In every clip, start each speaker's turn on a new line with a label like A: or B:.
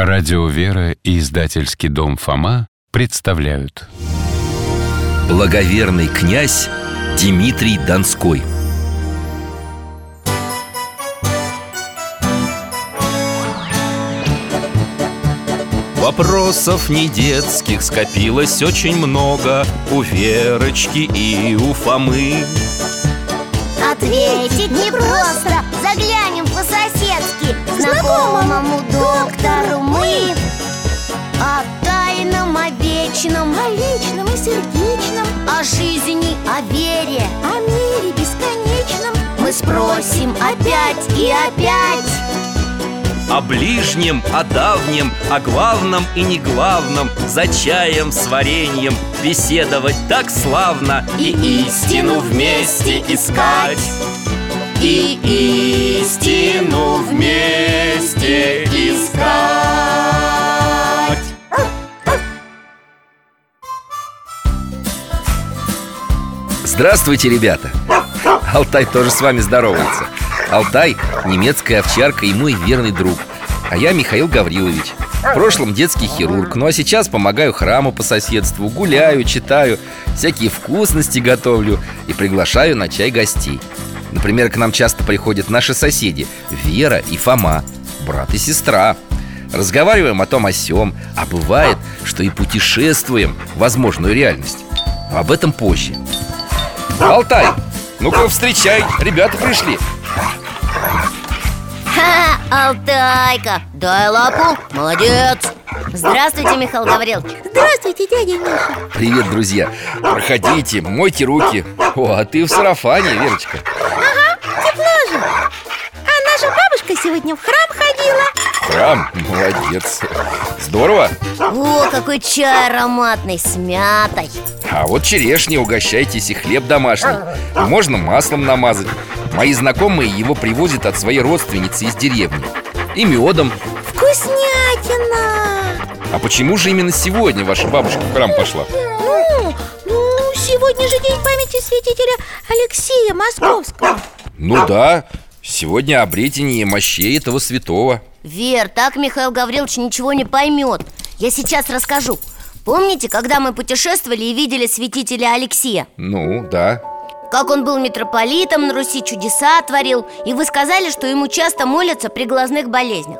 A: Радио «Вера» и издательский дом «Фома» представляют
B: Благоверный князь Дмитрий Донской Вопросов не детских скопилось очень много У Верочки и у Фомы
C: Ответить непросто Заглянем по-соседски Знакомому доктору мы О тайном, о вечном
D: О личном и сердечном,
C: О жизни, о вере
D: о мире бесконечном
C: Мы спросим опять и опять
B: О ближнем, о давнем, о главном и не главном За чаем с вареньем беседовать так славно
C: И истину вместе искать.
B: И
C: истину вместе
B: искать Здравствуйте, ребята! Алтай тоже с вами здоровается Алтай – немецкая овчарка и мой верный друг А я Михаил Гаврилович В прошлом детский хирург Ну а сейчас помогаю храму по соседству Гуляю, читаю, всякие вкусности готовлю И приглашаю на чай гостей Например, к нам часто приходят наши соседи Вера и Фома Брат и сестра Разговариваем о том о сём А бывает, что и путешествуем в Возможную реальность Об этом позже Алтай, ну-ка встречай, ребята пришли
C: Ха, Алтайка, дай лапу, молодец Здравствуйте, Михаил Гаврилович
D: Здравствуйте, дядя Миша
B: Привет, друзья, проходите, мойте руки О, а ты в сарафане, Верочка
D: Тепло же А наша бабушка сегодня в храм ходила
B: Храм, молодец Здорово,
C: О, какой чай ароматный, с мятой
B: а вот черешни угощайтесь и хлеб домашний Можно маслом намазать Мои знакомые его привозят от своей родственницы из деревни И медом
D: Вкуснятина
B: А почему же именно сегодня ваша бабушка в храм пошла?
D: Ну, ну, сегодня же день памяти святителя Алексея Московского
B: Ну да, сегодня обретение мощей этого святого
C: Вер, так Михаил Гаврилович ничего не поймет Я сейчас расскажу Помните, когда мы путешествовали и видели святителя Алексея?
B: Ну, да
C: Как он был митрополитом, на Руси чудеса творил И вы сказали, что ему часто молятся при глазных болезнях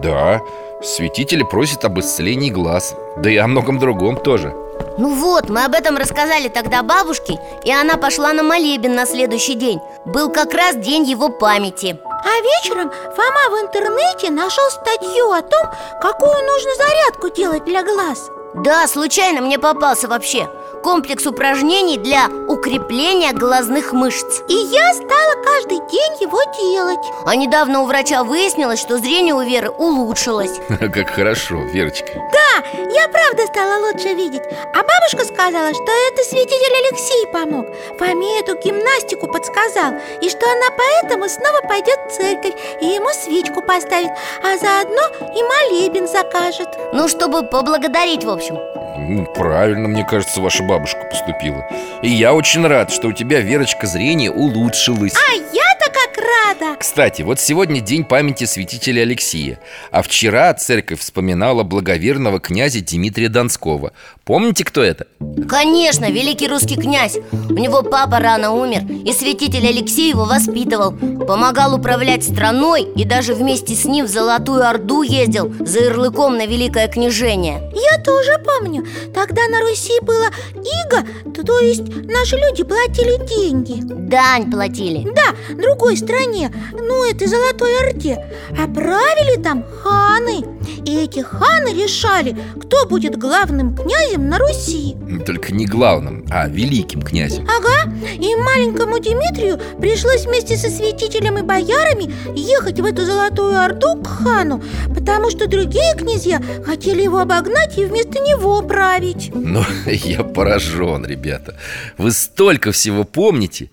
B: Да, святитель просит об исцелении глаз Да и о многом другом тоже
C: Ну вот, мы об этом рассказали тогда бабушке И она пошла на молебен на следующий день Был как раз день его памяти
D: А вечером Фома в интернете нашел статью о том, какую нужно зарядку делать для глаз
C: Да, случайно мне попался вообще Комплекс упражнений для укрепления глазных мышц
D: И я стала каждый день его делать
C: А недавно у врача выяснилось, что зрение у Веры улучшилось
B: Как хорошо, Верочка
D: Да, я правда стала лучше видеть А бабушка сказала, что это святитель Алексей помог Фоме эту гимнастику подсказал И что она поэтому снова пойдет в церковь И ему свечку поставит А заодно и молебен закажет
C: Ну, чтобы поблагодарить, в общем
B: Ну, правильно, мне кажется, ваша бабушка поступила И я очень рад, что у тебя, Верочка, зрение улучшилось
D: А я-то как рада
B: Кстати, вот сегодня день памяти святителя Алексея А вчера церковь вспоминала благоверного князя Дмитрия Донского Помните, кто это?
C: Конечно, великий русский князь У него папа рано умер И святитель Алексей его воспитывал Помогал управлять страной И даже вместе с ним в Золотую Орду ездил За ярлыком на Великое княжение
D: Я тоже помню Тогда на Руси было иго т- То есть наши люди платили деньги
C: Дань платили
D: Да, другой стране, ну это Золотой Орде А правили там ханы И эти ханы решали, кто будет главным князем на Руси
B: М, Только не главным, а великим князем
D: Ага, и маленькому Дмитрию пришлось вместе со святителем и боярами Ехать в эту Золотую Орду к хану Потому что другие князья хотели его обогнать и вместо него править
B: Ну, я поражен, ребята Вы столько всего помните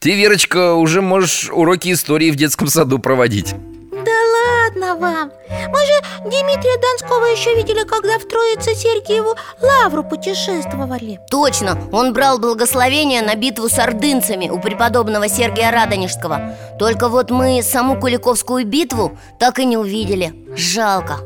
B: Ты, Верочка, уже можешь уроки истории в детском саду проводить
D: Да ладно вам Мы же Дмитрия Донского еще видели, когда в Троице Сергиеву Лавру путешествовали
C: Точно, он брал благословение на битву с ордынцами У преподобного Сергия Радонежского Только вот мы саму Куликовскую битву так и не увидели Жалко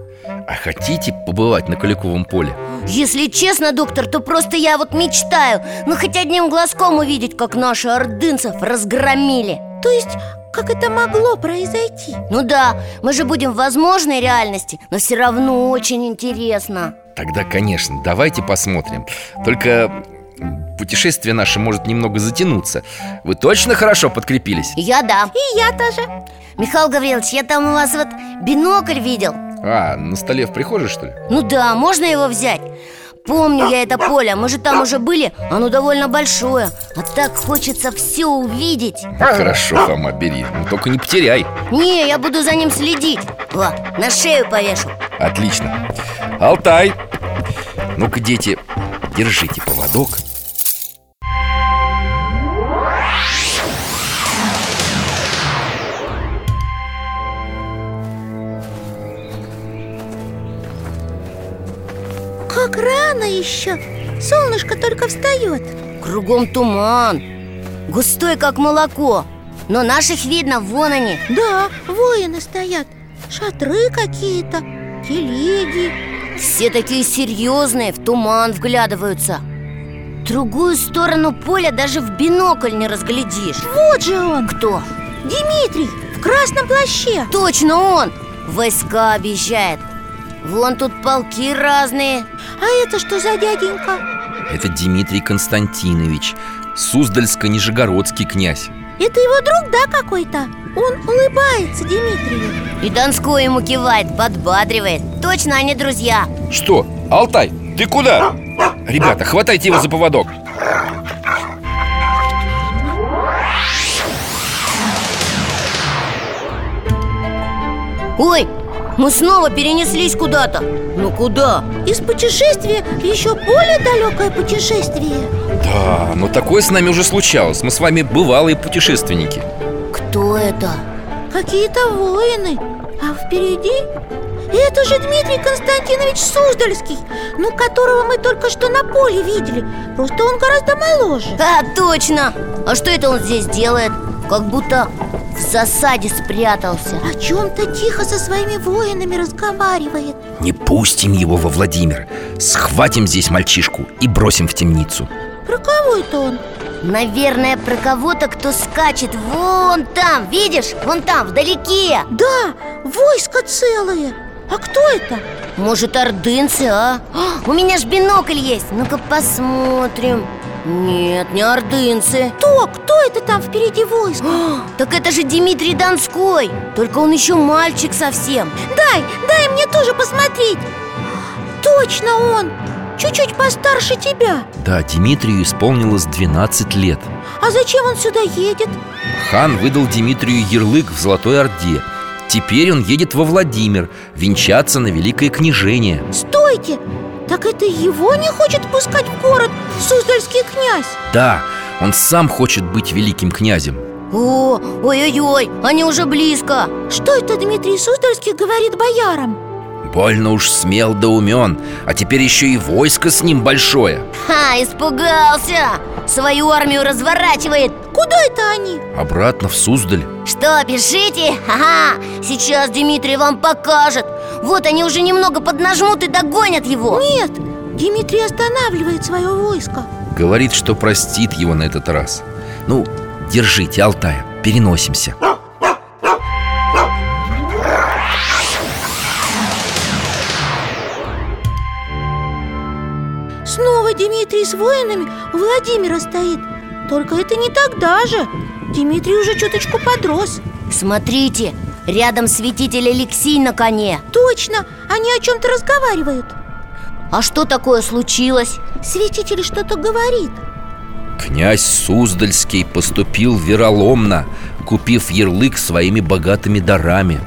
B: А хотите побывать на Куликовом поле?
C: Если честно, доктор, то просто я вот мечтаю Ну хоть одним глазком увидеть, как наши ордынцев разгромили
D: То есть, как это могло произойти?
C: Ну да, мы же будем в возможной реальности Но все равно очень интересно
B: Тогда, конечно, давайте посмотрим Только путешествие наше может немного затянуться Вы точно хорошо подкрепились?
C: Я да
D: И я тоже
C: Михаил Гаврилович, я там у вас вот бинокль видел
B: А, на столе в прихожей, что ли?
C: Ну да, можно его взять? Помню я это поле, мы же там уже были Оно довольно большое А так хочется все увидеть
B: Ну, хорошо, Фома, бери Но только не потеряй
C: Не, я буду за ним следить Во, на шею повешу
B: Отлично Алтай Ну-ка, дети, держите поводок
D: Как рано еще Солнышко только встает
C: Кругом туман Густой, как молоко Но наших видно, вон они
D: Да, воины стоят Шатры какие-то Телеги
C: Все такие серьезные, в туман вглядываются Другую сторону поля даже в бинокль не разглядишь
D: Вот же он,
C: Кто?
D: Дмитрий в красном плаще
C: Точно он! Войска объезжает Вон тут полки разные
D: А это что за дяденька?
B: Это Дмитрий Константинович Суздальско-Нижегородский князь
D: Это его друг, да, какой-то? Он улыбается Дмитрию
C: И Донской ему кивает, подбадривает Точно они друзья
B: Что? Алтай, ты куда? Ребята, хватайте его за поводок
C: Ой, мы снова перенеслись куда-то Ну куда?
D: Из путешествия в еще более далекое путешествие
B: Да, но такое с нами уже случалось Мы с вами бывалые путешественники
C: Кто это?
D: Какие-то воины А впереди? Это же Дмитрий Константинович Суздальский Ну, которого мы только что на поле видели Просто он гораздо моложе
C: А, точно! А что это он здесь делает? Как будто в засаде спрятался
D: О чем-то тихо со своими воинами разговаривает
B: Не пустим его во Владимир Схватим здесь мальчишку и бросим в темницу
D: Про кого это он?
C: Наверное, про кого-то, кто скачет вон там, видишь? Вон там, вдалеке
D: Да, войско целое А кто это?
C: Может, ордынцы, а? А, У меня ж бинокль есть Ну-ка посмотрим Нет, не ордынцы
D: Кто? Кто это там впереди войско?
C: А, Так это же Дмитрий Донской Только он еще мальчик совсем
D: Дай, дай мне тоже посмотреть Точно он! Чуть-чуть постарше тебя
B: Да, Дмитрию исполнилось 12 лет
D: А зачем он сюда едет?
B: Хан выдал Дмитрию ярлык в Золотой Орде Теперь он едет во Владимир Венчаться на Великое Княжение
D: Стойте! Так это его не хочет пускать в город Суздальский князь
B: Да, он сам хочет быть великим князем
C: О, ой-ой-ой, они уже близко
D: Что это Дмитрий Суздальский говорит боярам?
B: Больно уж смел да умен А теперь еще и войско с ним большое
C: Ха, испугался Свою армию разворачивает
D: Куда это они?
B: Обратно в Суздаль
C: Что, пишите? Ага, сейчас Дмитрий вам покажет Вот они уже немного поднажмут и догонят его
D: Нет, Дмитрий останавливает свое войско
B: Говорит, что простит его на этот раз Ну, держите, Алтая, переносимся
D: Снова Дмитрий с воинами у Владимира стоит Только это не тогда же Дмитрий уже чуточку подрос
C: Смотрите, рядом святитель Алексей на коне
D: Точно, они о чем-то разговаривают
C: А что такое случилось?
D: Святитель что-то говорит
B: Князь Суздальский поступил вероломно Купив ярлык своими богатыми дарами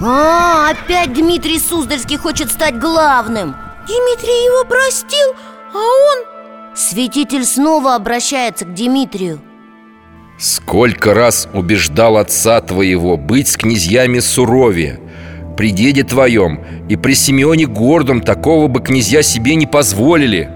C: А, опять Дмитрий Суздальский хочет стать главным
D: Дмитрий его простил, а он...
C: Святитель снова обращается к Дмитрию
B: Сколько раз убеждал отца твоего быть с князьями суровее При деде твоем и при Симеоне Гордом такого бы князья себе не позволили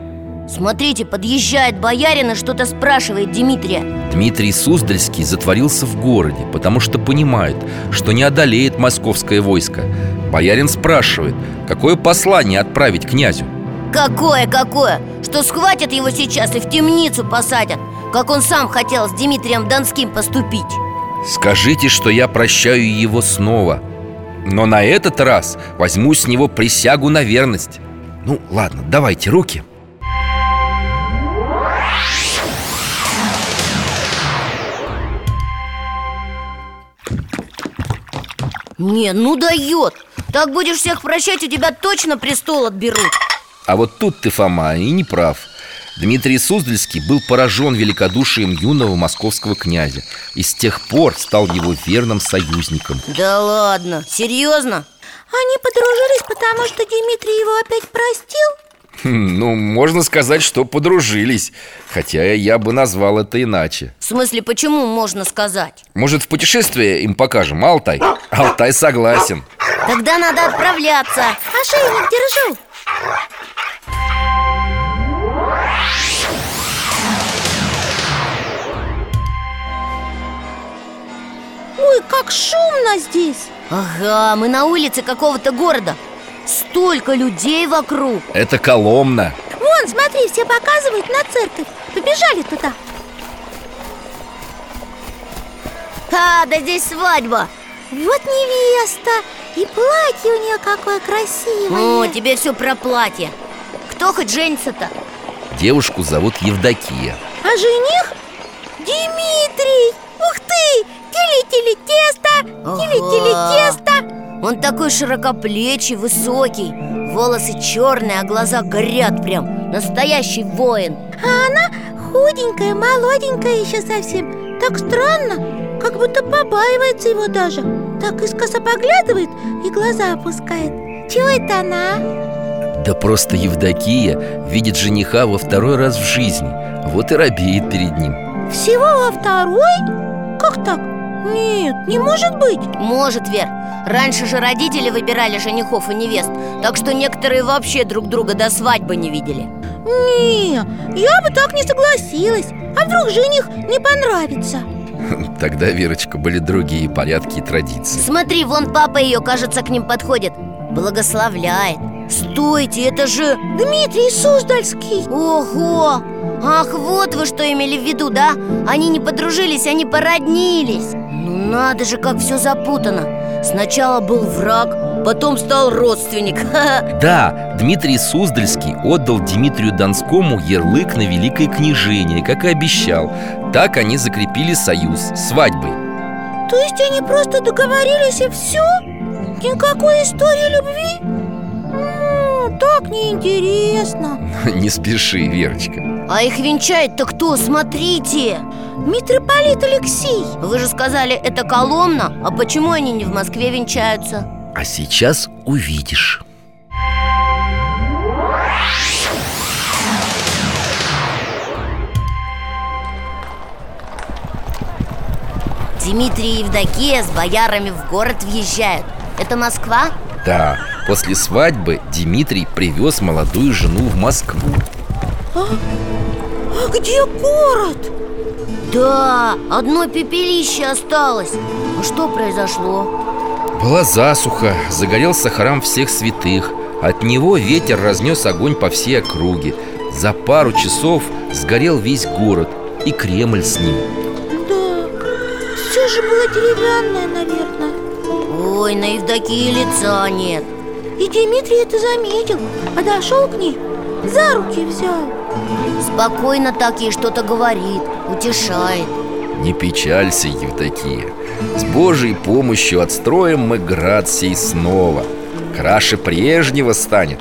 C: Смотрите, подъезжает боярин и что-то спрашивает Дмитрия
B: Дмитрий Суздальский затворился в городе, потому что понимает, что не одолеет московское войско Боярин спрашивает, какое послание отправить князю
C: Какое, какое? Что схватят его сейчас и в темницу посадят Как он сам хотел с Дмитрием Донским поступить
B: Скажите, что я прощаю его снова Но на этот раз возьму с него присягу на верность Ну, ладно, давайте руки
C: Не, ну дает Так будешь всех прощать, у тебя точно престол отберут
B: А вот тут ты, Фома, и не прав Дмитрий Суздальский был поражен великодушием юного московского князя И с тех пор стал его верным союзником
C: Да ладно, серьезно?
D: Они подружились, потому что Дмитрий его опять простил?
B: Хм, Ну, можно сказать, что подружились Хотя я бы назвал это иначе
C: В смысле, почему можно сказать?
B: Может, в путешествие им покажем, Алтай? Алтай согласен
C: Тогда надо отправляться
D: А Ошейник держу Ой, как шумно здесь
C: Ага, мы на улице какого-то города Столько людей вокруг
B: Это Коломна
D: Вон, смотри, все показывают на церковь Побежали туда
C: А, да здесь свадьба
D: Вот невеста И платье у нее какое красивое
C: О, тебе все про платье Кто хоть женится-то?
B: Девушку зовут Евдокия
D: А жених? Дмитрий! Ух ты! Тили-тили тесто! Тили-тили
C: Ага.
D: тесто!
C: Он такой широкоплечий, высокий Волосы черные, а глаза горят прям Настоящий воин
D: А она худенькая, молоденькая еще совсем Так странно, как будто побаивается его даже Так искоса поглядывает и глаза опускает Чего это она?
B: Да просто Евдокия видит жениха во второй раз в жизни Вот и робеет перед ним
D: Всего во второй? Как так? Нет, не может быть
C: Может, Вер Раньше же родители выбирали женихов и невест Так что некоторые вообще друг друга до свадьбы не видели
D: Не, я бы так не согласилась А вдруг жених не понравится?
B: Тогда, Верочка, были другие порядки и традиции
C: Смотри, вон папа ее, кажется, к ним подходит Благословляет Стойте, это же...
D: Дмитрий Суздальский
C: Ого! Ах, вот вы что имели в виду, да? Они не подружились, они породнились Ну надо же, как все запутано Сначала был враг, потом стал родственник Ха-ха.
B: Да, Дмитрий Суздальский отдал Дмитрию Донскому ярлык на великое княжение, как и обещал Так они закрепили союз свадьбой
D: То есть они просто договорились и все? Никакой истории любви? М, так неинтересно
B: Не спеши, Верочка
C: А их венчает-то кто? Смотрите!
D: Митрополит Алексей
C: Вы же сказали, это Коломна А почему они не в Москве венчаются?
B: А сейчас увидишь
C: Дмитрий и Евдокия с боярами в город въезжают Это Москва?
B: Да, после свадьбы Дмитрий привез молодую жену в Москву
D: А где город?
C: Да, одно пепелище осталось А что произошло?
B: Была засуха, загорелся храм всех святых От него ветер разнес огонь по всей округе За пару часов сгорел весь город и Кремль с ним
D: Да, все же было деревянное, наверное
C: Ой, на Евдокии лица нет
D: И Дмитрий это заметил Подошел к ней, за руки взял
C: Спокойно так ей что-то говорит, утешает
B: Не печалься, Евдокия С Божьей помощью отстроим мы град сей снова Краше прежнего станет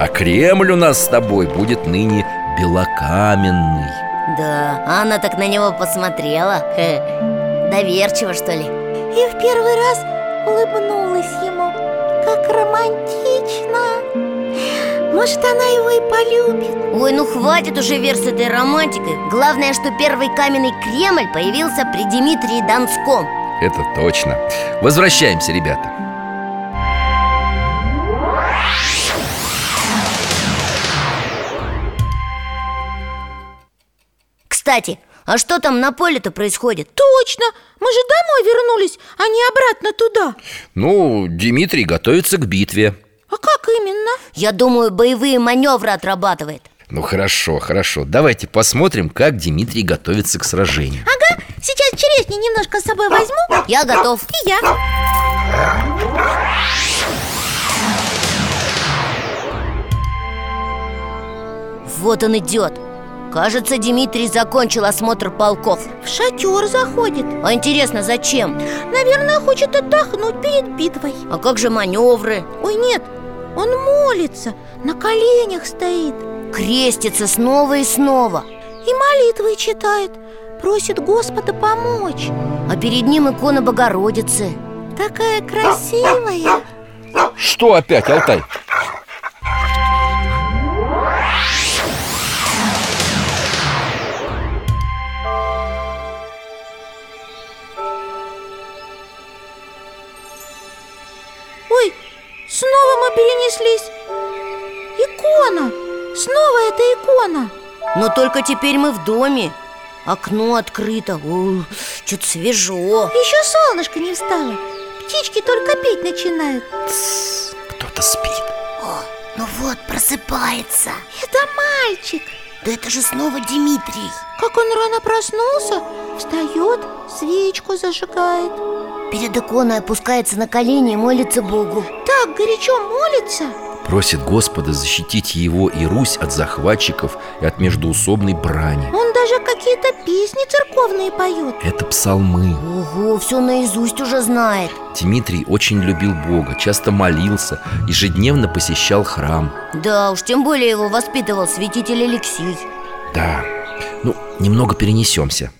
B: А Кремль у нас с тобой будет ныне белокаменный
C: Да, а она так на него посмотрела Хе. Доверчиво, что ли?
D: И в первый раз улыбнулась ему Как романтично Может, она его и полюбит
C: Ой, ну хватит уже вер с этой романтикой Главное, что первый каменный Кремль появился при Дмитрии Донском
B: Это точно Возвращаемся, ребята
C: Кстати, А что там на поле-то происходит?
D: Точно, мы же домой вернулись, а не обратно туда
B: Ну, Дмитрий готовится к битве
D: А как именно?
C: Я думаю, боевые маневры отрабатывает
B: Ну хорошо, хорошо, давайте посмотрим, как Дмитрий готовится к сражению
D: Ага, сейчас черешни немножко с собой возьму
C: Я готов
D: И я
C: Вот он идет Кажется, Дмитрий закончил осмотр полков
D: В шатер заходит
C: А интересно, зачем?
D: Наверное, хочет отдохнуть перед битвой
C: А как же маневры?
D: Ой, нет, он молится, на коленях стоит
C: Крестится снова и снова
D: И молитвы читает Просит Господа помочь
C: А перед ним икона Богородицы
D: Такая красивая
B: Что опять, Алтай?
D: Ой, снова мы перенеслись Икона, снова эта икона
C: Но только теперь мы в доме Окно открыто Чуть свежо
D: Еще солнышко не встало Птички только петь начинают
B: Кто-то спит
C: Ну вот, просыпается
D: Это мальчик
C: Да это же снова Дмитрий
D: Как он рано проснулся Встает, свечку зажигает
C: Перед иконой опускается на колени и молится Богу
D: Так горячо молится
B: Просит Господа защитить его и Русь от захватчиков и от междуусобной брани
D: Он даже какие-то песни церковные поет
B: Это псалмы
C: Ого, все наизусть уже знает
B: Дмитрий очень любил Бога, часто молился, ежедневно посещал храм
C: Да уж, тем более его воспитывал святитель Алексей
B: Да, ну, немного перенесемся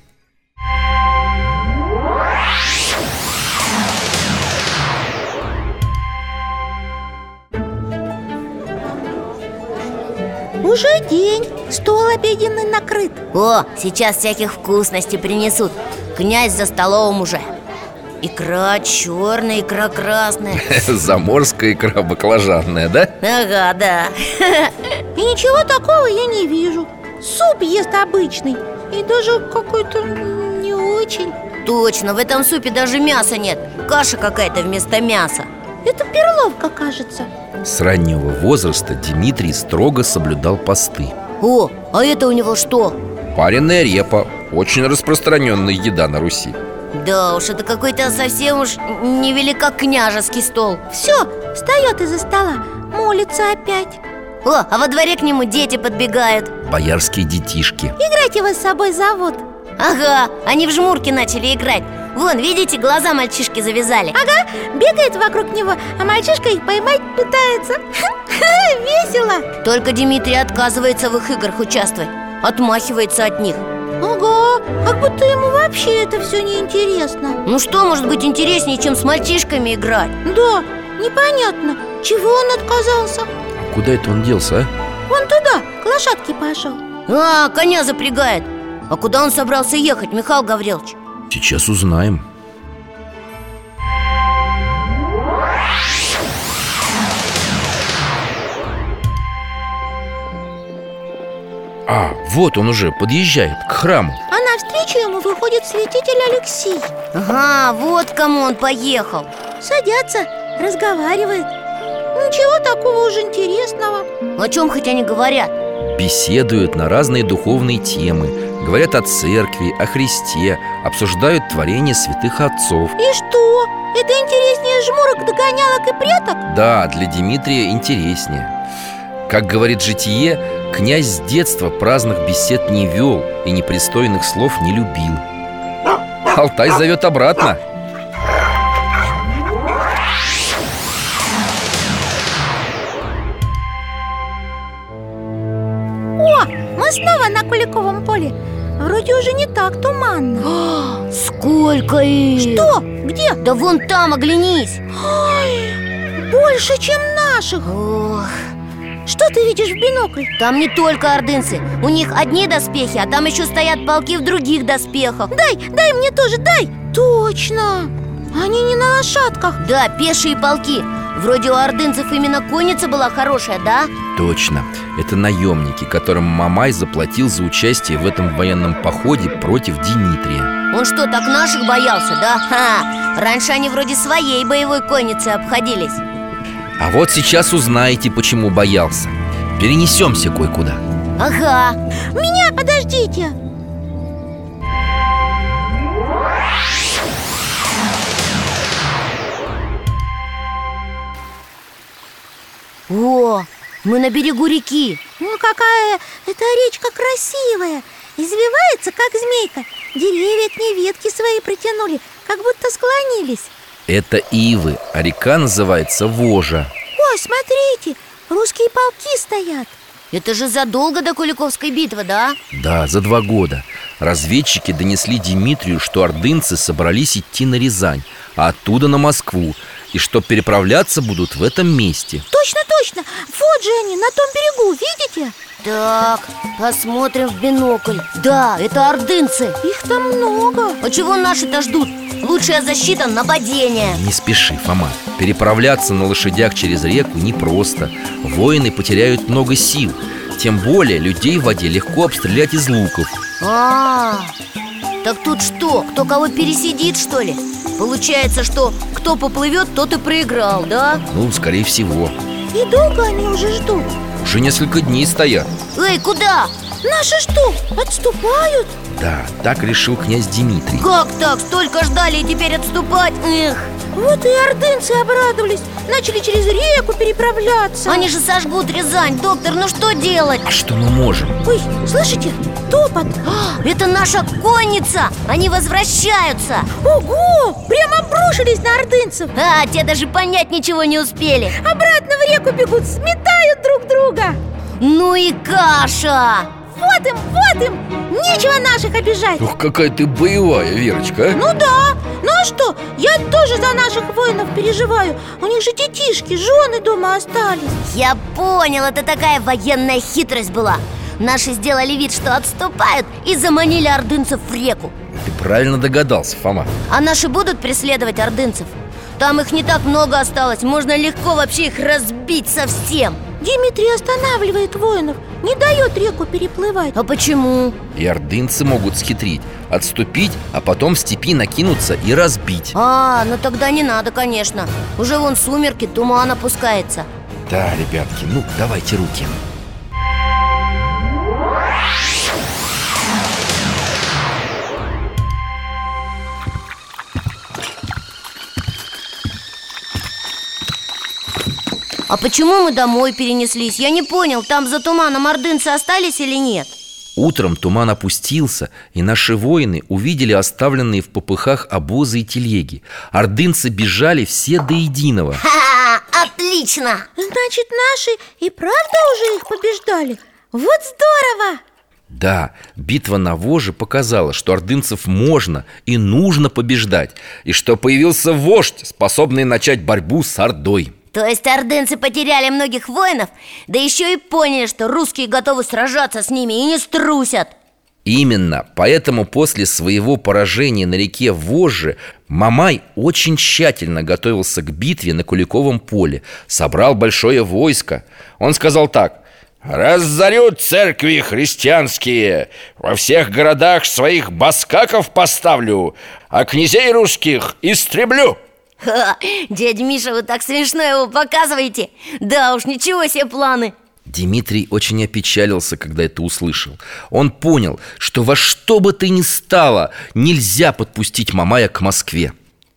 D: Уже день, стол обеденный накрыт
C: О, сейчас всяких вкусностей принесут Князь за столом уже Икра черная, икра красная
B: Заморская икра баклажанная, да?
C: Ага, да
D: И ничего такого я не вижу Суп ест обычный И даже какой-то не очень
C: Точно, в этом супе даже мяса нет Каша какая-то вместо мяса
D: Это перловка, кажется
B: С раннего возраста Дмитрий строго соблюдал посты
C: О, а это у него что?
B: Пареная репа – очень распространенная еда на Руси
C: Да уж, это какой-то совсем уж невеликокняжеский стол
D: Все, встает из-за стола, молится опять
C: О, а во дворе к нему дети подбегают
B: Боярские детишки
D: Играть его с собой зовут
C: Ага, они в жмурки начали играть Вон, видите, глаза мальчишки завязали
D: Ага, бегает вокруг него, а мальчишка их поймать пытается Весело
C: Только Дмитрий отказывается в их играх участвовать Отмахивается от них
D: Ага, как будто ему вообще это все неинтересно
C: Ну что может быть интереснее, чем с мальчишками играть?
D: Да, непонятно, чего он отказался
B: Куда это он делся, а?
D: Вон туда, к лошадке пошел
C: А, коня запрягает А куда он собрался ехать, Михаил Гаврилович?
B: Сейчас узнаем А, вот он уже подъезжает к храму
D: А навстречу ему выходит святитель Алексей
C: Ага, вот к кому он поехал
D: Садятся, разговаривает Ничего такого уж интересного
C: О чем хоть они говорят?
B: Беседуют на разные духовные темы Говорят о церкви, о Христе Обсуждают творение святых отцов
D: И что? Это интереснее жмурок, догонялок и пряток?
B: Да, для Дмитрия интереснее Как говорит житие, князь с детства праздных бесед не вел И непристойных слов не любил Алтай зовет обратно
D: О, мы снова на Куликовом поле Вроде уже не так туманно
C: А, Сколько их?
D: Что? Где?
C: Да вон там, оглянись
D: Ой, больше, чем наших
C: Ох,
D: Что ты видишь в бинокль?
C: там не только ордынцы У них одни доспехи, а там еще стоят полки в других доспехах
D: Дай, дай мне тоже, дай Точно Они не на лошадках
C: Да, пешие полки Вроде у ордынцев именно конница была хорошая, да?
B: Точно, это наемники, которым Мамай заплатил за участие в этом военном походе против Димитрия
C: Он что, так наших боялся, да? Ха! Раньше они вроде своей боевой конницей обходились
B: А вот сейчас узнаете, почему боялся Перенесемся кое-куда
C: Ага,
D: Меня подождите
C: о, мы на берегу реки
D: Ну какая эта речка красивая Извивается, как змейка Деревья к ней ветки свои протянули Как будто склонились
B: Это Ивы, а река называется Вожа
D: Ой, смотрите, русские полки стоят
C: Это же задолго до Куликовской битвы, да?
B: Да, за два года Разведчики донесли Димитрию, что ордынцы собрались идти на Рязань А оттуда на Москву И что переправляться будут в этом месте
D: Точно, точно, вот же они, на том берегу, видите?
C: Так, посмотрим в бинокль Да, это ордынцы
D: Их там много
C: А чего наши-то ждут? Лучшая защита – нападение
B: Не спеши, Фома Переправляться на лошадях через реку непросто Воины потеряют много сил Тем более людей в воде легко обстрелять из луков
C: А, так тут что, кто кого пересидит, что ли? Получается, что кто поплывет, тот и проиграл, да?
B: Ну, скорее всего
D: И долго они уже ждут
B: Уже несколько дней стоят
C: Эй, куда?
D: Наши что, отступают?
B: Да, так решил князь Дмитрий
C: Как так? Столько ждали и теперь отступать? Эх,
D: Вот и ордынцы обрадовались Начали через реку переправляться
C: они же сожгут Рязань, доктор, ну что делать?
B: А что мы можем?
D: Ой, слышите? Топот
C: А, Это наша конница! Они возвращаются!
D: Ого! Прямо обрушились на ордынцев
C: А, те даже понять ничего не успели
D: Обратно в реку бегут, сметают друг друга
C: Ну и каша!
D: Вот им, вот им! Нечего наших обижать
B: Ух, какая ты боевая, Верочка,
D: Ну да, ну а что? Я тоже за наших воинов переживаю У них же детишки, жены дома остались
C: Я понял, это такая военная хитрость была Наши сделали вид, что отступают и заманили ордынцев в реку
B: а? Ты правильно догадался, Фома
C: А наши будут преследовать ордынцев? Там их не так много осталось Можно легко вообще их разбить совсем
D: Дмитрий останавливает воинов Не дает реку переплывать
C: А почему?
B: И ордынцы могут схитрить Отступить, а потом в степи накинуться и разбить
C: А, ну тогда не надо, конечно Уже вон сумерки, туман опускается
B: Да, ребятки, ну давайте руки
C: А почему мы домой перенеслись? Я не понял, там за туманом ордынцы остались или нет?
B: Утром туман опустился, и наши воины увидели оставленные в попыхах обозы и телеги. Ордынцы бежали все до единого.
C: Ха, отлично!
D: Значит, наши и правда уже их побеждали? Вот здорово!
B: Да, битва на Воже показала, что ордынцев можно и нужно побеждать, и что появился вождь, способный начать борьбу с Ордой.
C: То есть ордынцы потеряли многих воинов, да еще и поняли, что русские готовы сражаться с ними и не струсят
B: Именно, поэтому после своего поражения на реке Вожжи Мамай очень тщательно готовился к битве на Куликовом поле Собрал большое войско Он сказал так «Разорю церкви христианские, во всех городах своих баскаков поставлю, а князей русских истреблю»
C: Ха, дядь Миша, вы так смешно его показываете Да уж, ничего себе планы
B: Дмитрий очень опечалился, когда это услышал. Он понял, что во что бы ты ни стало, нельзя подпустить Мамая к Москве.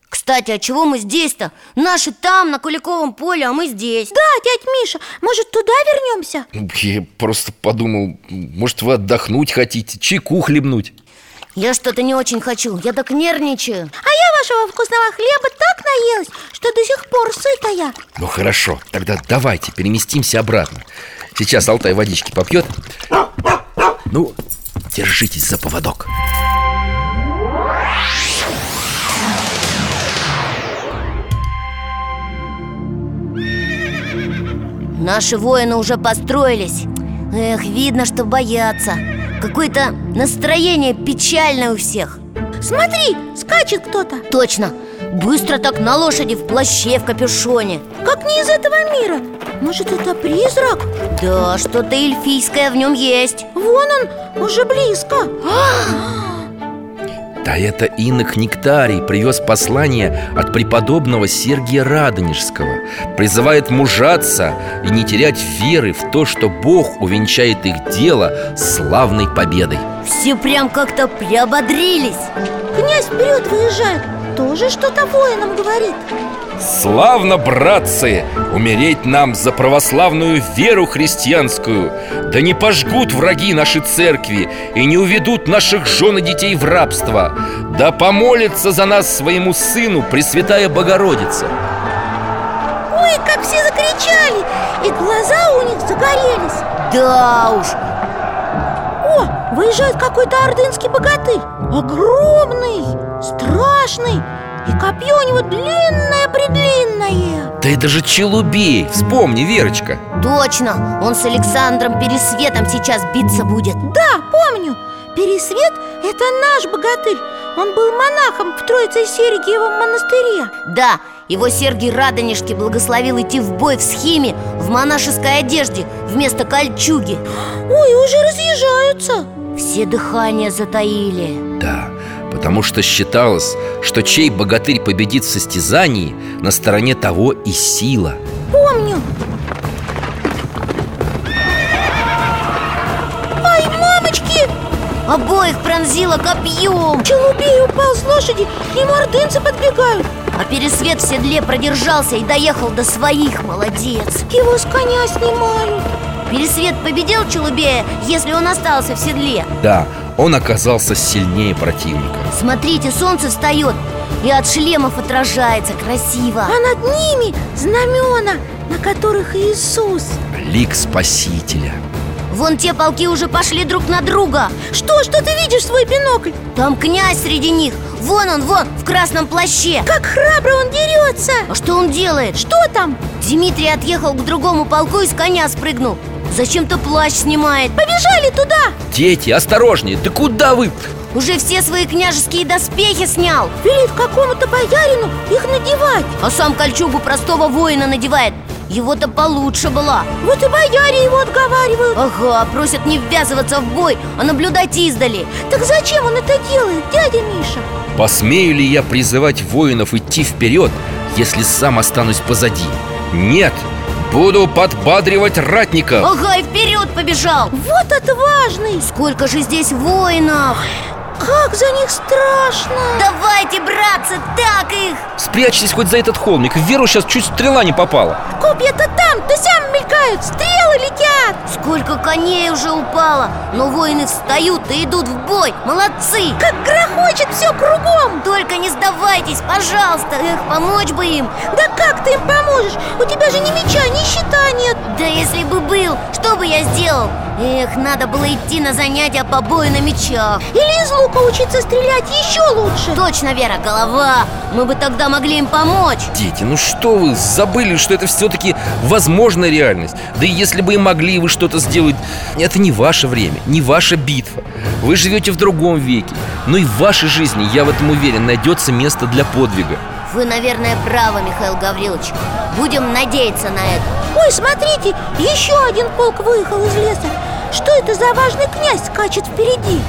C: Кстати, а чего мы здесь-то? Наши там, на Куликовом поле, а мы здесь
D: Да, дядь Миша, может, туда вернемся?
B: Ну, Я просто подумал, может, вы отдохнуть хотите, чайку хлебнуть.
C: Я что-то не очень хочу, я так нервничаю
D: А я вашего вкусного хлеба так наелась, что до сих пор сытая
B: Ну хорошо, тогда давайте переместимся обратно. Сейчас Алтай водички попьет. Ну, держитесь за поводок.
C: Наши воины уже построились Эх, видно, что боятся Какое-то настроение печальное у всех
D: Смотри, скачет кто-то
C: Точно, Быстро так на лошади в плаще, в капюшоне
D: Как не из этого мира Может, это призрак?
C: Да, что-то эльфийское в нем есть
D: Вон он, уже близко
B: Да это инок Нектарий привез послание от преподобного Сергия Радонежского Призывает мужаться и не терять веры в то, что Бог увенчает их дело славной победой
C: Все прям как-то приободрились
D: Князь вперед выезжает Тоже что-то воинам говорит
B: Славно, братцы, умереть нам за православную веру христианскую Да не пожгут враги наши церкви И не уведут наших жен и детей в рабство Да помолится за нас своему сыну Пресвятая Богородица
D: Ой, как все закричали И глаза у них загорелись
C: Да уж,
D: О, выезжает какой-то ордынский богатырь Огромный, страшный И копье у него длинное-предлинное
B: Да это же Челубей, вспомни, Верочка
C: точно, он с Александром Пересветом сейчас биться будет
D: Да, помню Пересвет – это наш богатырь Он был монахом в Троице-Сергиевом монастыре
C: Да, его Сергий Радонежский благословил идти в бой в схиме В монашеской одежде вместо кольчуги
D: Ой, уже разъезжаются
C: Все дыхание затаили
B: Да, потому что считалось, что чей богатырь победит в состязании На стороне того и сила
D: Помню Ай, мамочки!
C: Обоих пронзило копьем
D: Челубей упал с лошади, к нему ордынцы подбегают
C: А Пересвет в седле продержался и доехал до своих, молодец
D: Его с коня снимают
C: Пересвет победил Челубея, если он остался в седле
B: Да, он оказался сильнее противника
C: Смотрите, солнце встает и от шлемов отражается красиво
D: А над ними знамена, на которых Иисус
B: Лик Спасителя
C: Вон те полки уже пошли друг на друга
D: Что, что ты видишь в свой бинокль?
C: Там князь среди них Вон он, вон, в красном плаще
D: Как храбро он дерется
C: А что он делает? Ш-
D: Что там?
C: Дмитрий отъехал к другому полку и с коня спрыгнул Зачем-то плащ снимает
D: Побежали туда!
B: Дети, осторожнее, да куда вы?
C: Уже все свои княжеские доспехи снял
D: Велит какому-то боярину их надевать
C: А сам кольчугу простого воина надевает Его-то получше была
D: Вот и бояре его отговаривают
C: Ага, просят не ввязываться в бой, а наблюдать издали
D: Так зачем он это делает, дядя Миша?
B: Посмею ли я призывать воинов идти вперед, если сам останусь позади? Нет, буду подбадривать ратников
C: Ага, и вперед побежал
D: Вот отважный!
C: Сколько же здесь воинов!
D: Как за них страшно!
C: Давайте, братцы, так их!
B: Спрячьтесь хоть за этот холмик, в Веру сейчас чуть стрела не попала
D: Копья-то там, да сям мелькают, стрелы летят
C: Сколько коней уже упало Но воины встают и идут в бой Молодцы!
D: Как грохочет все кругом
C: Только не сдавайтесь, пожалуйста Эх, помочь бы им
D: Да как ты им поможешь? У тебя же ни меча, ни щита нет
C: Да если бы был, что бы я сделал? Эх, надо было идти на занятия по бою на мечах
D: Или из лука учиться стрелять еще лучше
C: Точно, Вера, голова Мы бы тогда могли им помочь
B: Дети, ну что вы, забыли, что это все-таки возможная реальность Да и если бы и могли вы что-то сделать, это не ваше время, не ваша битва Вы живете в другом веке, но и в вашей жизни, я в этом уверен, найдется место для подвига
C: Вы, наверное, правы, Михаил Гаврилович Будем надеяться на это
D: Ой, смотрите, еще один полк выехал из леса Что это за важный князь скачет впереди?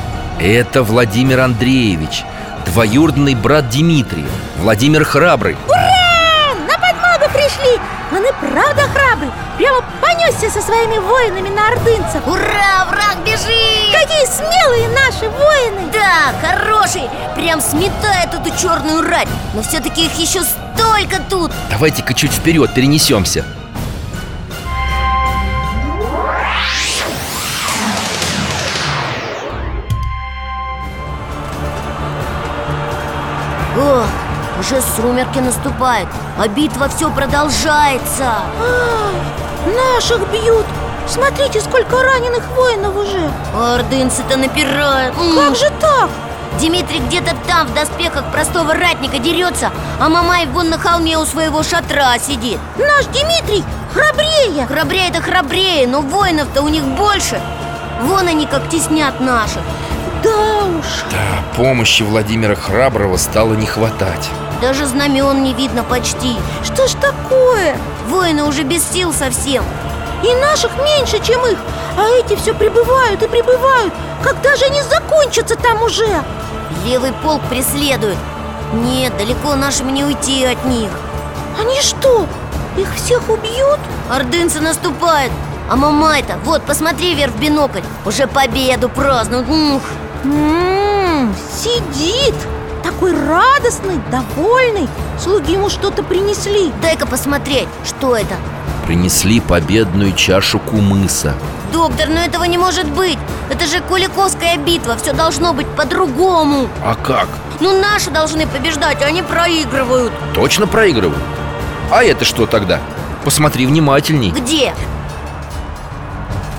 B: Это Владимир Андреевич, двоюродный брат Дмитрия, Владимир Храбрый.
D: Ура! На подмогу пришли! Он и правда храбрый Прямо понесся со своими воинами на ордынцев
C: Ура, враг бежит!
D: Какие смелые наши воины!
C: Да, хороший! Прям сметает эту черную рать Но все-таки их еще столько тут
B: Давайте-ка чуть вперед перенесемся.
C: О, уже сумерки наступают А битва все продолжается
D: А, наших бьют! Смотрите, сколько раненых воинов уже!
C: А Ордынцы-то напирают М,
D: Ну Как же так?
C: Дмитрий где-то там в доспехах простого ратника дерется А Мамай вон на холме у своего шатра сидит
D: Наш Дмитрий храбрее!
C: Храбрее-то храбрее, но воинов-то у них больше Вон они как теснят наших
D: Да уж!
B: Да, помощи Владимира Храброго стало не хватать.
C: Даже знамен не видно почти
D: Что ж такое?
C: Воины уже без сил совсем
D: И наших меньше, чем их А эти все прибывают и прибывают Когда же они закончатся там уже?
C: Левый полк преследует Нет, далеко нашим не уйти от них
D: Они что, их всех убьют?
C: Ордынцы наступают А Мамай-то, вот, посмотри вверх в бинокль Уже победу празднуют Ух,
D: М, М-м, сидит Такой радостный, довольный Слуги ему что-то принесли
C: Дай-ка посмотреть, что это
B: Принесли победную чашу кумыса
C: Доктор, ну этого не может быть Это же Куликовская битва Все должно быть по-другому
B: А как?
C: Ну наши должны побеждать, а они проигрывают
B: Точно проигрывают? А это что тогда? Посмотри внимательней
C: Где?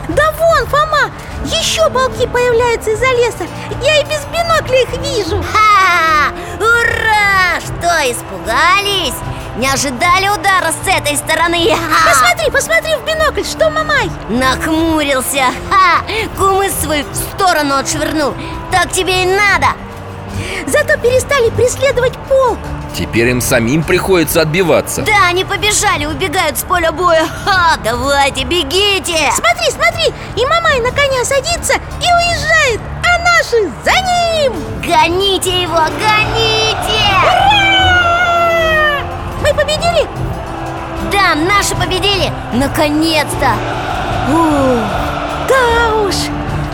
D: Да вон, Фома, еще балки появляются из-за леса Я и без бинокля их вижу
C: Ха! Ура! Что, испугались? Не ожидали удара с этой стороны? Ха!
D: Посмотри, посмотри в бинокль, что Мамай?
C: Нахмурился! Ха! Кумыс свой в сторону отшвырнул Так тебе и надо!
D: Зато перестали преследовать полк
B: Теперь им самим приходится отбиваться
C: Да, они побежали, убегают с поля боя Ха! Давайте, бегите!
D: Смотри, смотри, и Мамай на коня садится и уезжает А наши за ним
C: Гоните его, гоните!
D: Мы победили?
C: Да, наши победили! Наконец-то!
D: Да уж,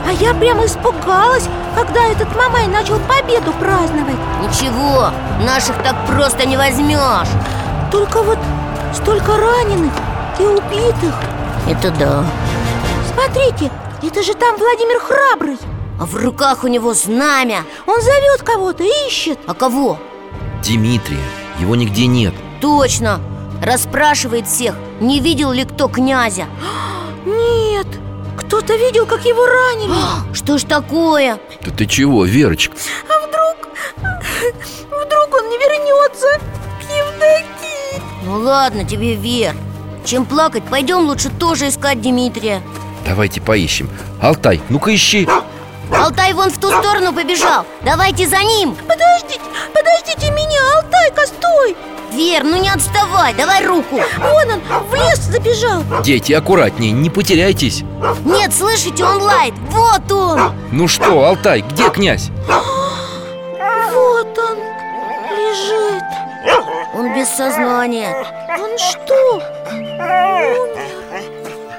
D: а я прямо испугалась, когда этот Мамай начал победу праздновать
C: Ничего, наших так просто не возьмешь
D: Только вот столько раненых и убитых
C: Это да
D: Смотрите, это же там Владимир Храбрый
C: А в руках у него знамя
D: Он зовет кого-то, ищет
C: А кого?
B: Дмитрия, его нигде нет
C: Точно! Расспрашивает всех, не видел ли кто князя
D: Нет, кто-то видел, как его ранили
C: Что ж такое?
B: Да ты чего, Верочка?
D: А вдруг, вдруг он не вернется к Евдокии
C: Ну ладно тебе, Вер Чем плакать, пойдем лучше тоже искать Дмитрия
B: Давайте поищем Алтай, ну-ка ищи
C: Алтай вон в ту сторону побежал Давайте за ним
D: Подождите, подождите меня, Алтайка, стой
C: Вер, ну не отставай, давай руку
D: Вон он, в лес забежал
B: Дети, аккуратнее, не потеряйтесь
C: Нет, слышите, он лает Вот он
B: Ну что, Алтай, где князь?
D: Вот он лежит
C: Он без сознания
D: Он что,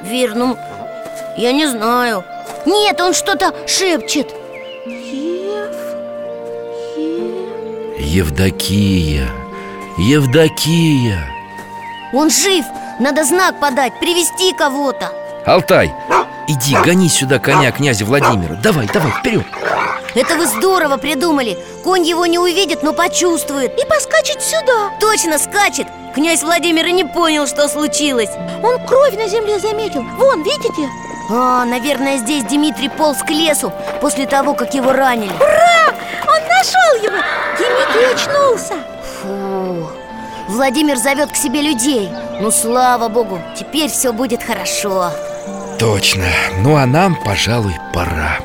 C: Вер, ну, я не знаю Нет, он что-то шепчет
D: Ев, Ев
B: Евдокия, Евдокия
C: Он жив, надо знак подать, привести кого-то
B: Алтай, иди, гони сюда коня князя Владимира Давай, давай, вперед
C: Это вы здорово придумали Конь его не увидит, но почувствует
D: И поскачет сюда
C: Точно скачет Князь Владимир и не понял, что случилось
D: Он кровь на земле заметил Вон, видите?
C: А, наверное, здесь Дмитрий полз к лесу После того, как его ранили
D: Он нашел его Дмитрий очнулся
C: Фу Владимир зовет к себе людей Ну, слава богу, теперь все будет хорошо
B: Точно, ну а нам, пожалуй, пора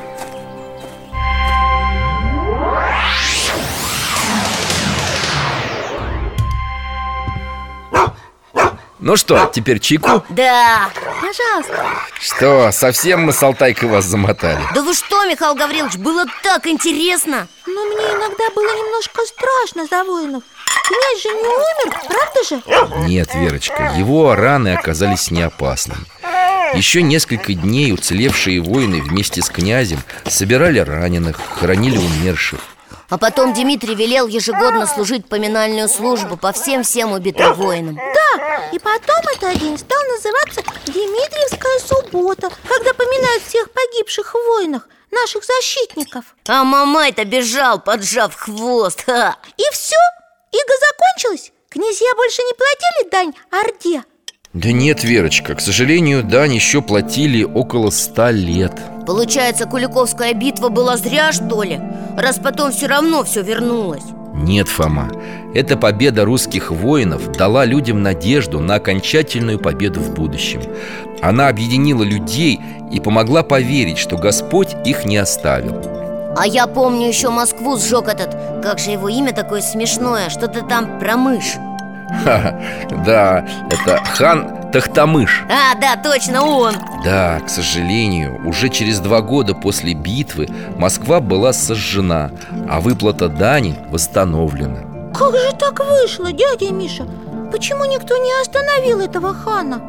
B: Ну что, теперь чайку?
C: Да
D: Пожалуйста
B: Что, совсем мы с Алтайкой вас замотали?
C: Да вы что, Михаил Гаврилович, было так интересно
D: Но мне иногда было немножко страшно за воинов Князь же не умер, правда же?
B: Нет, Верочка, его раны оказались неопасными. Еще несколько дней уцелевшие воины вместе с князем собирали раненых, хоронили умерших.
C: А потом Дмитрий велел ежегодно служить поминальную службу По всем-всем убитым воинам
D: Да, и потом этот день стал называться Дмитриевская суббота Когда поминают всех погибших в войнах Наших защитников
C: А мамай-то бежал, поджав хвост Ха.
D: И все, иго закончилась Князья больше не платили дань Орде
B: Да нет, Верочка, к сожалению, дань еще платили около ста лет.
C: Получается, Куликовская битва была зря, что ли? Раз потом все равно все вернулось
B: Нет, Фома, эта победа русских воинов дала людям надежду на окончательную победу в будущем. Она объединила людей и помогла поверить, что Господь их не оставил.
C: А я помню еще Москву сжег этот Как же его имя такое смешное Что-то там про мышь
B: Ха-ха. Да, это хан Тахтамыш
C: А, да, точно, он
B: Да, к сожалению, уже через два года после битвы Москва была сожжена, а выплата дани восстановлена.
D: Как же так вышло, дядя Миша? Почему никто не остановил этого хана?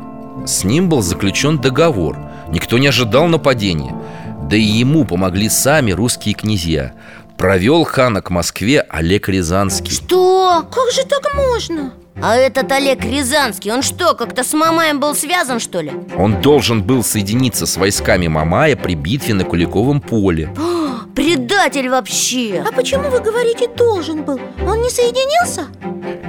B: С ним был заключен договор. Никто не ожидал нападения. Да и ему помогли сами русские князья. Провел хана к Москве Олег Рязанский.
C: Что?
D: Как же так можно?
C: А этот Олег Рязанский, он что, как-то с Мамаем был связан, что ли?
B: Он должен был соединиться с войсками Мамая при битве на Куликовом поле.
C: А, Предатель вообще!
D: А почему вы говорите должен был? Он не соединился?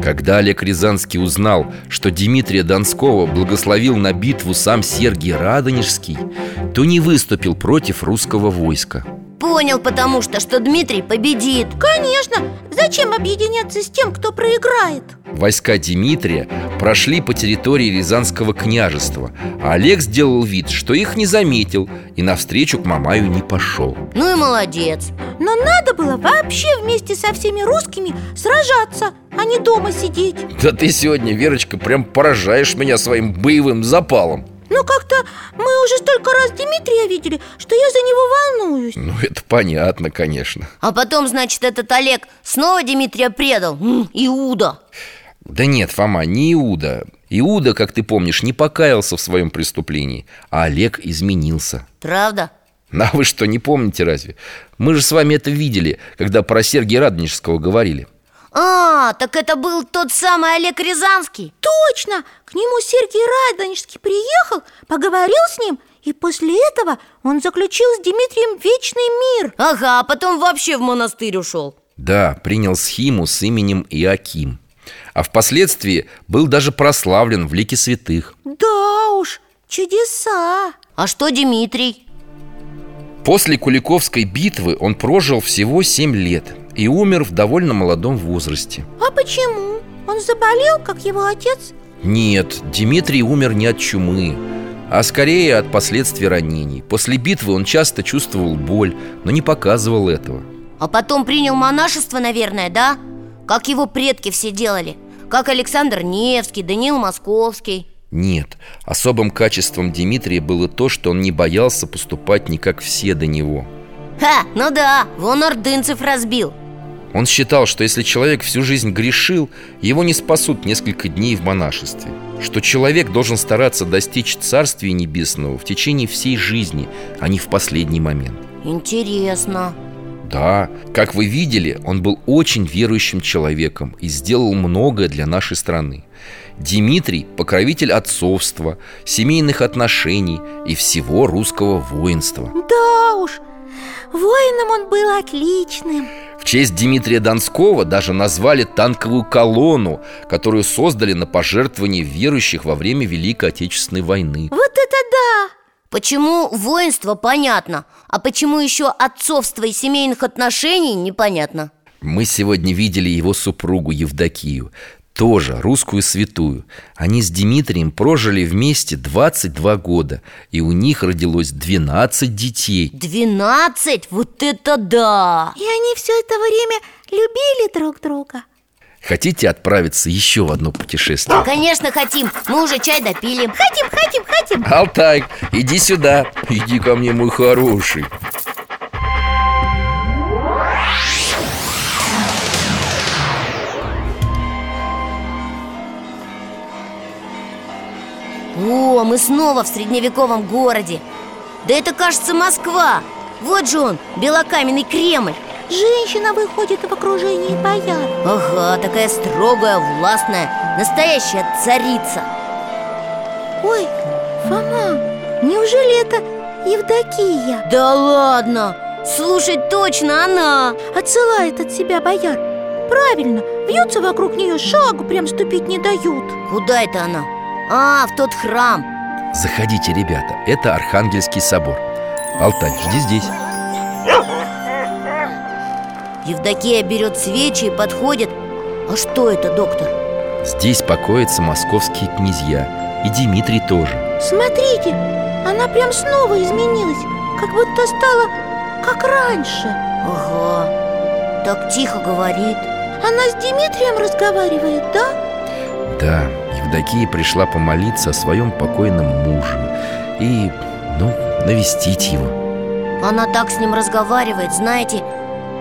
B: Когда Олег Рязанский узнал, что Дмитрия Донского благословил на битву сам Сергий Радонежский, то не выступил против русского войска.
C: Понял потому что, что Дмитрий победит
D: Конечно! Зачем объединяться с тем, кто проиграет?
B: Войска Дмитрия прошли по территории Рязанского княжества, а Олег сделал вид, что их не заметил и навстречу к Мамаю не пошел.
C: Ну и молодец
D: Но надо было вообще вместе со всеми русскими сражаться, а не дома сидеть
B: Да ты сегодня, Верочка, прям поражаешь меня своим боевым запалом.
D: Но как-то мы уже столько раз Дмитрия видели, что я за него волнуюсь
B: Ну, это понятно, конечно.
C: А потом, значит, этот Олег снова Дмитрия предал М, Иуда
B: Да нет, Фома, не Иуда. Иуда, как ты помнишь, не покаялся в своем преступлении, а Олег изменился.
C: Правда?
B: На вы что, не помните разве? Мы же с вами это видели, когда про Сергия Радонежского говорили.
C: А, так это был тот самый Олег Рязанский
D: Точно! К нему Сергий Радонежский приехал, поговорил с ним И после этого он заключил с Дмитрием вечный мир
C: Ага, а потом вообще в монастырь ушел
B: Да, принял схиму с именем Иаким. А впоследствии был даже прославлен в лике святых.
D: Да уж, чудеса!
C: А что Дмитрий?
B: После Куликовской битвы он прожил всего 7 лет и умер в довольно молодом возрасте.
D: А почему? Он заболел, как его отец?
B: Нет, Дмитрий умер не от чумы, а скорее от последствий ранений. После битвы он часто чувствовал боль, но не показывал этого.
C: А потом принял монашество, наверное, да? Как его предки все делали Как Александр Невский, Даниил Московский
B: Нет, особым качеством Дмитрия было то, что он не боялся поступать не как все до него.
C: Ха, ну да, вон ордынцев разбил
B: Он считал, что если человек всю жизнь грешил, его не спасут несколько дней в монашестве. Что человек должен стараться достичь Царствия Небесного в течение всей жизни, а не в последний момент.
C: Интересно
B: Да, как вы видели, он был очень верующим человеком и сделал многое для нашей страны. Дмитрий – покровитель отцовства, семейных отношений и всего русского воинства.
D: Да уж, воином он был отличным
B: В честь Дмитрия Донского даже назвали танковую колонну, которую создали на пожертвование верующих во время Великой Отечественной войны.
D: Вот это да!
C: Почему воинство понятно, а почему еще отцовство и семейных отношений непонятно?
B: Мы сегодня видели его супругу Евдокию, тоже русскую святую. Они с Дмитрием прожили вместе 22 года, и у них родилось 12 детей.
C: 12? Вот это да!
D: И они все это время любили друг друга
B: Хотите отправиться еще в одно путешествие?
C: Ну, Конечно, хотим, мы уже чай допили
D: Хотим, хотим, хотим
B: Алтай, иди сюда. Иди ко мне, мой хороший.
C: О, мы снова в средневековом городе Да это, кажется, Москва Вот же он, белокаменный Кремль
D: Женщина выходит в окружении бояр
C: Ага, такая строгая, властная, настоящая царица
D: Ой, Фома, неужели это Евдокия?
C: Да ладно, слушай, точно она
D: Отсылает от себя бояр Правильно, вьются вокруг нее, шагу прям ступить не дают
C: Куда это она? А, в тот храм
B: Заходите, ребята, это Архангельский собор. Алтай, жди здесь.
C: Евдокия берет свечи и подходит А что это, доктор?
B: Здесь покоятся московские князья. И Дмитрий тоже.
D: Смотрите, она прям снова изменилась Как будто стала как раньше
C: Ага, так тихо говорит
D: Она с Дмитрием разговаривает, да?
B: Да, Евдокия пришла помолиться о своем покойном муже и, ну, навестить его.
C: Она так с ним разговаривает, знаете,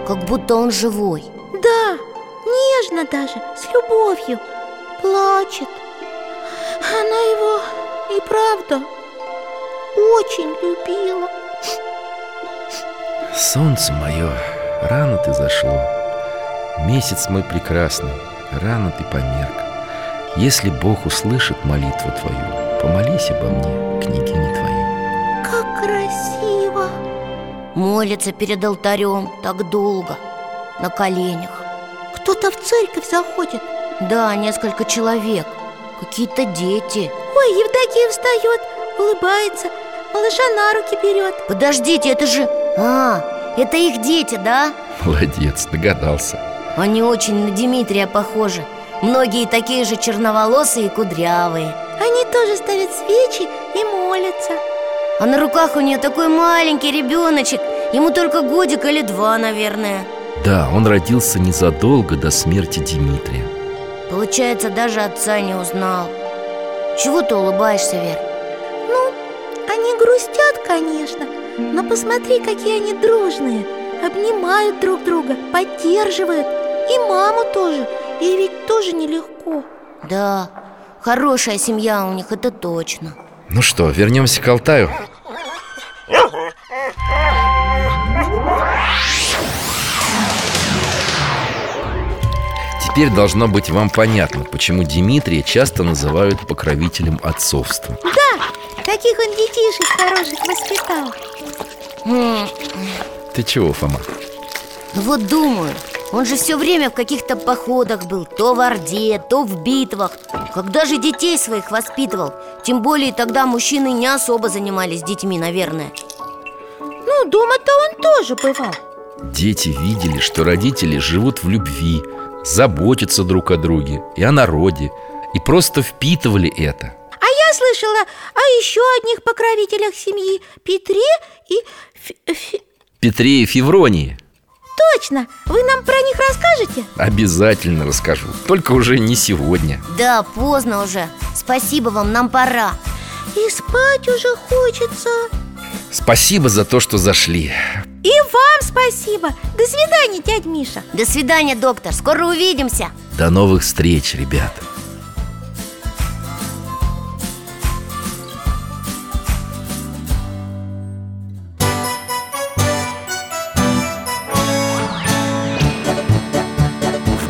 C: как будто он живой
D: Да, нежно даже, с любовью Плачет Она его и правда очень любила
B: Солнце мое, рано ты зашло. Месяц мой прекрасный, рано ты померк. Если Бог услышит молитву твою, помолись обо мне, княгине твоей.
D: Как красиво
C: Молится перед алтарем так долго, на коленях
D: Кто-то в церковь заходит
C: Да, несколько человек, какие-то дети
D: Ой, Евдокия встает, улыбается Малыша на руки берет
C: Подождите, это же... А, это их дети, да?
B: Молодец, догадался.
C: Они очень на Дмитрия похожи Многие такие же черноволосые и кудрявые
D: Они тоже ставят свечи и молятся
C: А на руках у нее такой маленький ребеночек Ему только годик или два, наверное
B: Да, он родился незадолго до смерти Дмитрия.
C: Получается, даже отца не узнал Чего ты улыбаешься, Вер?
D: Ну, они грустят, конечно Но посмотри, какие они дружные Обнимают друг друга, поддерживают И маму тоже Ей ведь тоже нелегко
C: Да, хорошая семья у них, это точно
B: Ну что, вернемся к Алтаю? Теперь должно быть вам понятно, почему Дмитрия часто называют покровителем отцовства.
D: Да, таких он детишек хороших воспитал
C: М,
B: Ты чего, Фома?
C: Ну Вот думаю, он же все время в каких-то походах был То в Орде, то в битвах Когда же детей своих воспитывал? Тем более тогда мужчины не особо занимались детьми, наверное
D: Ну, дома-то он тоже бывал
B: Дети видели, что родители живут в любви, заботятся друг о друге и о народе, и просто впитывали это.
D: А я слышала о еще одних покровителях семьи Петре и... Фе- Фе-
B: Петре и Февронии
D: Точно! Вы нам про них расскажете?
B: обязательно расскажу, только уже не сегодня.
C: Да, поздно уже Спасибо вам, нам пора
D: И спать уже хочется
B: Спасибо за то, что зашли.
D: И вам спасибо! До свидания, дядь Миша!
C: До свидания, доктор, скоро увидимся
B: До новых встреч, ребята. В